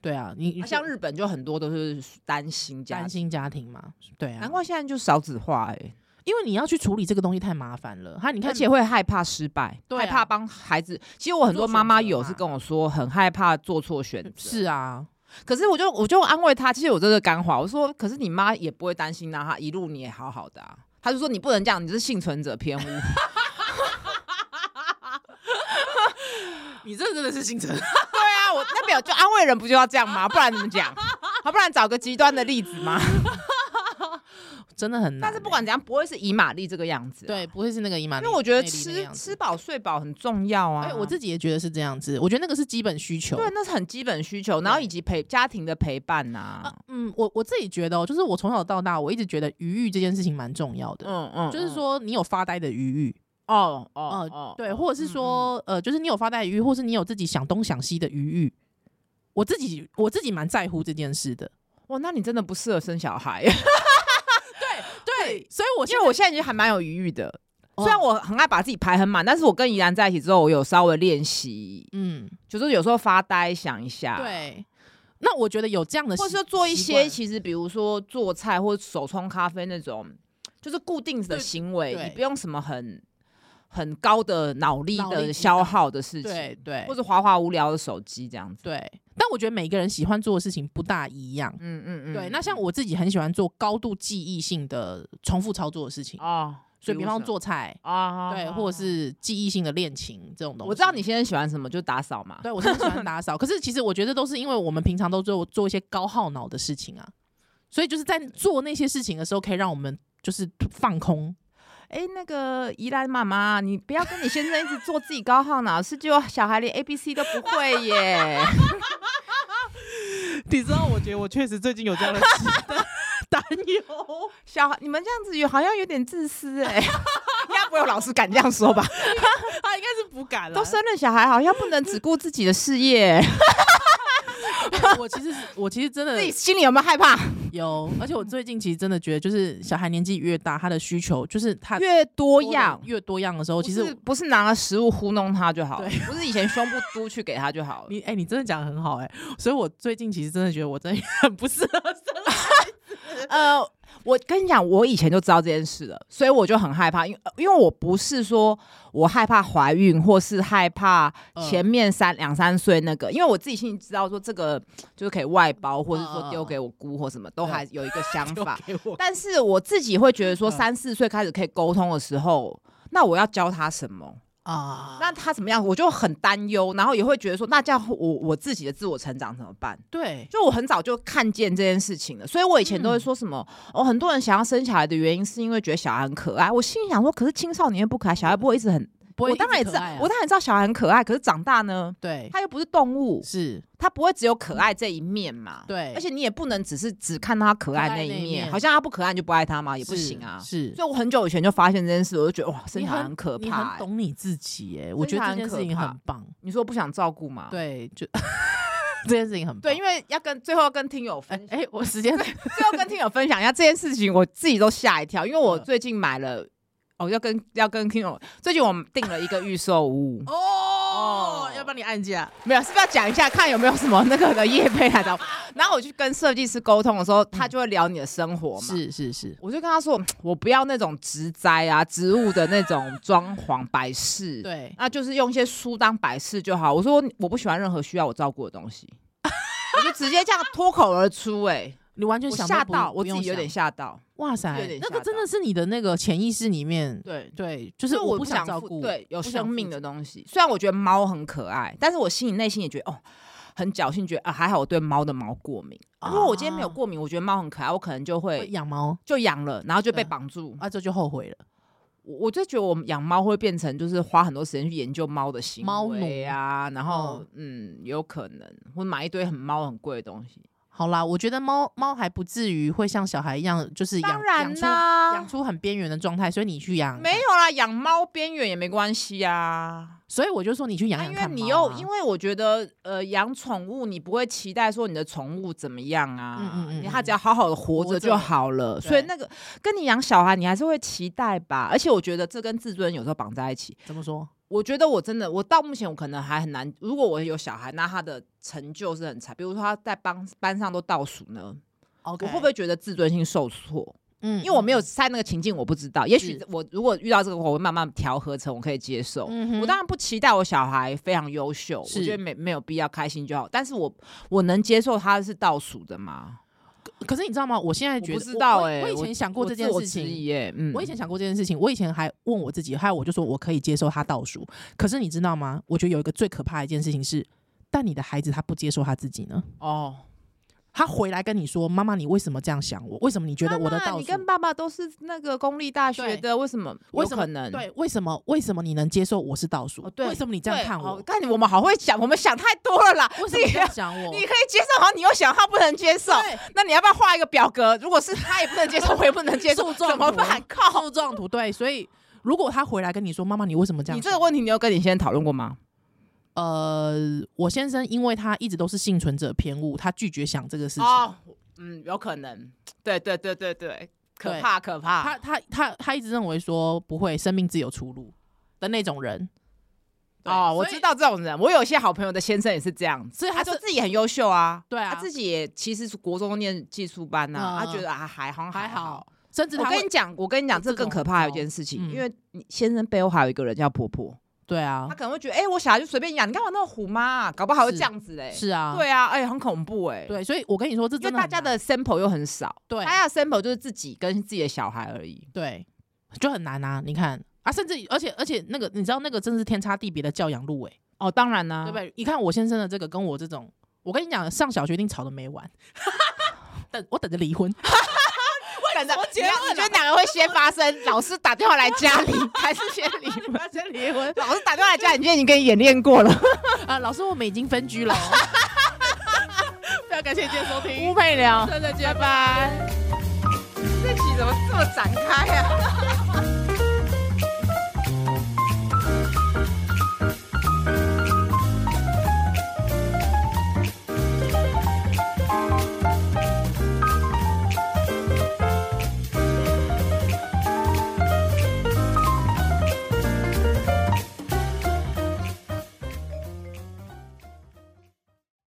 S1: 对啊，你
S2: 啊像日本就很多都是单薪家
S1: 单
S2: 庭，
S1: 亲家庭嘛，对啊，
S2: 难怪现在就少子化哎、欸，
S1: 因为你要去处理这个东西太麻烦了。哈，你看，
S2: 而且会害怕失败，
S1: 对啊
S2: 害怕帮孩子。其实我很多妈妈有
S1: 做选择嘛
S2: 是跟我说，很害怕做错选择，
S1: 是啊，
S2: 可是我就我就安慰他，其实我真的干话，我说，可是你妈也不会担心让他一路你也好好的啊。他就说你不能这样，你是幸存者偏误。 [laughs] 对
S1: 你这真的是心疼。
S2: 啊，我那表就安慰人不就要这样吗？不然怎么
S1: [laughs]
S2: 讲？好，不然找个极端的例子吗？
S1: 真的很难欸。
S2: 但是不管怎样，不会是以玛丽这个样子、啊
S1: 对，，不会是那个姨妈
S2: 因
S1: 内，
S2: 为我觉得
S1: 内力那个
S2: 吃
S1: 样子
S2: 吃饱睡饱很重要啊。
S1: 哎，我自己也觉得是这样子。我觉得那个是基本需求。
S2: 对，那是很基本需求，然后以及陪家庭的陪伴呐、
S1: 啊，嗯，我我自己觉得、哦，就是我从小到大，我一直觉得余裕这件事情蛮重要的。
S2: 嗯嗯，
S1: 就是
S2: 嗯，
S1: 说，你有发呆的余裕，
S2: 哦哦
S1: 哦
S2: 哦，
S1: 对，或者是说，呃，就是你有发呆的余裕，或是你有自己想东想西的余裕。我自己我自己蛮在乎这件事的，
S2: 哇，那你真的不适合生小孩，
S1: 对，所以我
S2: 因为我现在已经还蛮有余裕的。
S1: 我
S2: 虽然我很爱把自己排很满，但是我跟怡然在一起之后，我有稍微练习，
S1: 嗯，
S2: 就是有时候发呆想一下，，
S1: 对，那我觉得有这样的习，
S2: 或者说做一
S1: 习
S2: 些
S1: 惯
S2: 其实比如说做菜或手冲咖啡那种，就是固定的行为，
S1: 对
S2: 你不用什么很很高的脑力
S1: 脑力
S2: 的
S1: 激
S2: 消耗的事
S1: 对
S2: 情，
S1: 对
S2: 或者滑滑无聊的手机这样子，
S1: 对，但我觉得每个人喜欢做的事情不大一样。
S2: 嗯嗯嗯，
S1: 对，那像我自己很喜欢做高度记忆性的重复操作的事情，
S2: 哦，
S1: 所以比
S2: 如
S1: 方
S2: 什么
S1: 做菜，
S2: 啊，
S1: 对，
S2: 啊
S1: 或者是记忆性的恋情这种东西。
S2: 我知道你现在喜欢什么，就打扫嘛，
S1: 对我是喜欢打扫，可是其实我觉得都是因为我们平常都做做一些高耗脑的事情啊，所以就是在做那些事情的时候，可以让我们就是放
S2: [laughs]
S1: 空。
S2: 哎、那个宜兰妈妈，你不要跟你先生一直做自己高耗脑，是就小孩连 A B C 都不会耶。
S1: [laughs] 你知道，我觉得我确实最近有这样的
S2: [laughs]
S1: 担忧，
S2: 小孩，你
S1: [laughs]
S2: 们这样子有好像有点自私哎、应该不会有老师敢这样说吧？
S1: 他应该是 [laughs] 不敢了。
S2: 都生了小孩，好像不能只顾自己的事业，
S1: 我其实是我其实真的
S2: 自己心里有没有害怕？
S1: 有，而且我最近其实真的觉得，就是小孩年纪越大，他的需求就是他
S2: 越啊多
S1: 多的
S2: 样，
S1: 越多样的时候，
S2: 我
S1: 其实
S2: 不是拿了食物糊弄他就好了
S1: 对，
S2: 不是以前胸部嘟去给他就好了。
S1: 你哎、你真的讲的很好哎、所以我最近其实真的觉得我真的 [laughs] 很不适合生。
S2: 呃，我跟你讲，我以前就知道这件事了，所以我就很害怕，因为呃因为我不是说我害怕怀孕，或是害怕前面三两、三岁那个，因为我自己心里知道说这个就是可以外包，或是说丢给我姑或什么，都还有一个想法。
S1: 给我
S2: 但是我自己会觉得说，
S1: 嗯
S2: 三四岁开始可以沟通的时候，那我要教他什么？
S1: 啊，
S2: 那他怎么样？我就很担忧，然后也会觉得说，那这样我我自己的自我成长怎么办？
S1: 对
S2: 就我很早就看见这件事情了，所以我以前
S1: 嗯
S2: 都会说什么、哦，很多人想要生小孩的原因是因为觉得小孩很可爱。我心里想说，可是青少年又不可爱，小孩不会一直很……
S1: 不会
S2: 我
S1: 一直
S2: 当然也知
S1: 可
S2: 道，
S1: 爱啊
S2: 我当然知道小孩很可爱，可是长大呢，
S1: 对
S2: 他又不是动物，
S1: 是，
S2: 他不会只有可爱这一面嘛。
S1: 对
S2: 而且你也不能只是只看到他可爱那一
S1: 可爱那
S2: 面，
S1: 一面
S2: 好像他不可爱你就不爱他嘛，也
S1: 也
S2: 不行啊。
S1: 是。
S2: 所以我很久以前就发现这件事，我就觉得哇，生
S1: 你
S2: 小孩很可
S1: 你
S2: 怕、
S1: 很
S2: 欸。
S1: 懂你自己哎、我觉得这件事情很棒。
S2: 你说不想照顾嘛？
S1: 对，就 [laughs] 这件事情很棒
S2: 对，因为要跟最后要跟听友分
S1: 哎 [laughs]
S2: 享。
S1: 哎、我时间
S2: 最后跟听友分享一下这件事情，我自己都吓一跳，因为我
S1: 嗯，
S2: 最近买了，哦，要跟要跟听友，最近我们订了一个预售屋
S1: 哦
S2: 哦
S1: 要帮你按价，
S2: 没有，是不是要讲一下看有没有什么那个的业配
S1: [laughs]
S2: 来找我？然后我去跟设计师沟通的时候，他就会聊你的生活嘛。
S1: 是是是，
S2: 我就跟他说，嗯我不要那种植栽啊、植物的那种装潢摆饰，，
S1: 对，
S2: 那就是用一些书当摆饰就好。我说我不喜欢任何需要我照顾的东
S1: [laughs]
S2: 西，我就直接这样脱口而出、哎，
S1: 你完全
S2: 我
S1: 想
S2: 吓
S1: 都不
S2: 到，
S1: 不
S2: 我自
S1: 用
S2: 己有
S1: 想
S2: 点吓到，
S1: 哇塞
S2: 有点，
S1: 那
S2: 吓
S1: 个真
S2: 到
S1: 的是你的那个潜意识里面，
S2: 对。
S1: 对，就是是我
S2: 不
S1: 想
S2: 负
S1: 照顾，
S2: 对有
S1: 不想
S2: 生命
S1: 负
S2: 的
S1: 责，
S2: 东西。虽然我觉得猫很可爱，但是我心里内心也觉得哦，很侥幸，觉得啊还好我对猫的毛过敏。
S1: 啊
S2: 如果我今天没有过敏，我觉得猫很可爱，我可能就
S1: 会
S2: 会
S1: 养猫
S2: 就养了，然后就被
S1: 对
S2: 绑住。
S1: 啊，这就后悔了。
S2: 我我就觉得我们养猫会变成就是花很多时间去研究猫的行
S1: 猫奴
S2: 为啊，然后嗯有可能会买一堆很猫很贵的东西。
S1: 好啦，我觉得猫猫还不至于会像小孩一样，就是养
S2: 当然
S1: 养出
S2: 啦
S1: 养。出很边缘的状态，所以你去养，
S2: 没有啦，养猫边缘也没关系啊。
S1: 所以我就说你去养
S2: 那
S1: 养
S2: 因为
S1: 看
S2: 你
S1: 猫
S2: 又
S1: 啊
S2: 因为我觉得呃养宠物你不会期待说你的宠物怎么样啊，
S1: 嗯嗯嗯
S2: 你
S1: 嗯
S2: 它只要好好的活
S1: 活
S2: 着
S1: 着
S2: 就好了。所以
S1: 对
S2: 那个跟你养小孩你还是会期待吧，而且我觉得这跟自尊有时候绑在一起。
S1: 怎么说？
S2: 我觉得我真的我到目前我可能还很难，如果我有小孩，那他的成就是很差，比如说他在班班上都倒数呢
S1: 我
S2: 我会不会觉得自尊心受挫？
S1: 嗯
S2: 因为我没有在那个情境，我不知道。也许
S1: 是
S2: 我如果遇到这个，我会慢慢调和成我可以接受。
S1: 嗯
S2: 我当然不期待我小孩非常优秀，我
S1: 是
S2: 觉得没没有必要开心就好。但是我我能接受他是倒数的吗？
S1: 然，可是你知道吗？我现在
S2: 我
S1: 觉
S2: 不
S1: 得
S2: 知道
S1: 我
S2: 哎、
S1: 我以前想过这件事
S2: 我自我质
S1: 情。
S2: 疑欸嗯，
S1: 我以前想过这件事情，我以前还问我自己，还有我就说我可以接受他倒数。可是你知道吗？我觉得有一个最可怕的一件事情是，但你的孩子他不接受他自己呢？
S2: 哦，
S1: 他回来跟你说：“妈妈，你为什么这样想我？为什么你觉得我的
S2: 妈妈
S1: 倒
S2: 你
S1: 数？
S2: 跟爸爸都是那个公立大学
S1: 对
S2: 的，为什么？
S1: 为
S2: 有
S1: 什
S2: 可
S1: 么
S2: 能？
S1: 对，为什么？为什么你能接受我是倒数？
S2: 哦，对，
S1: 为什么你这样
S2: 对
S1: 看我
S2: 哦？看你我们好会想，我们想太多了啦。
S1: 为什么你这样
S2: 自己 [laughs]
S1: 想我？
S2: 你可以接受，好像你又想他不能接受。
S1: 对
S2: 那你要不要画一个表格？如果是他也不能
S1: [laughs]
S2: 接受，我也不能接受，
S1: 树状
S2: 怎么
S1: 图
S2: 办？靠！
S1: 树状图对，所以如果他回来跟你说：‘妈妈，你为什么这样
S2: 你
S1: 想？’
S2: 这个问题，你有跟你先生讨论过吗？
S1: 呃，我先生因为他一直都是幸存者偏误，他拒绝想这个事情。
S2: 哦，嗯，有可能。对对对对对，可
S1: 对
S2: 怕可怕。
S1: 他他他他一直认为说不会，生命自有出路的那种人。对
S2: 哦，我
S1: 所以
S2: 知道这种人，我有一些好朋友的先生也是这样子，
S1: 所以他
S2: 他说
S1: 是
S2: 自己很优秀啊，
S1: 对啊
S2: 他自己也其实是国中念技术班呐、啊，
S1: 嗯
S2: 他觉得啊还好像
S1: 还
S2: 好
S1: 好。，甚至
S2: 我
S1: 他
S2: 跟
S1: 会
S2: 你讲，我跟你讲，
S1: 这
S2: 这更
S1: 种
S2: 可
S1: 很
S2: 怕的一
S1: 糟
S2: 件事情，
S1: 嗯
S2: 因为你先生背后还有一个人叫婆婆，
S1: 对啊
S2: 她，可能会觉得，哎、我小孩就随便养，你干嘛那么虎妈、啊搞不好会这
S1: 是
S2: 样子嘞、
S1: 是啊，
S2: 对啊，哎、很恐怖哎、
S1: 对，所以我跟你说，这
S2: 因为
S1: 真的
S2: 大
S1: 很
S2: 家
S1: 难
S2: 的 sample 又很少，
S1: 对
S2: 大家的 sample 就是自己跟自己的小孩而已。
S1: 对就很难啊。你看啊，甚至而且而且那个你知道那个真是天差地别的教养路哎、
S2: 哦，当然啦、
S1: 对不对？你看我先生的这个跟我这种，我跟你讲，上小学一定吵得没完。 [laughs] 等我等着离 [laughs] 婚，
S2: 等着
S1: 什么
S2: 你
S1: 结
S2: 要
S1: 论
S2: 你
S1: 啊
S2: 觉得哪个会先发生？ [laughs] 老师打电话来家 [laughs] 里，还是先离婚？
S1: 先离婚
S2: 老师打电话来家里，你觉得你跟演练过了？
S1: 啊！老师，我们已经分 [laughs] 居了哦。非常感谢今天收听， [laughs]
S2: 配聊，
S1: 再见，拜拜。
S2: 这集怎么这么展开？啊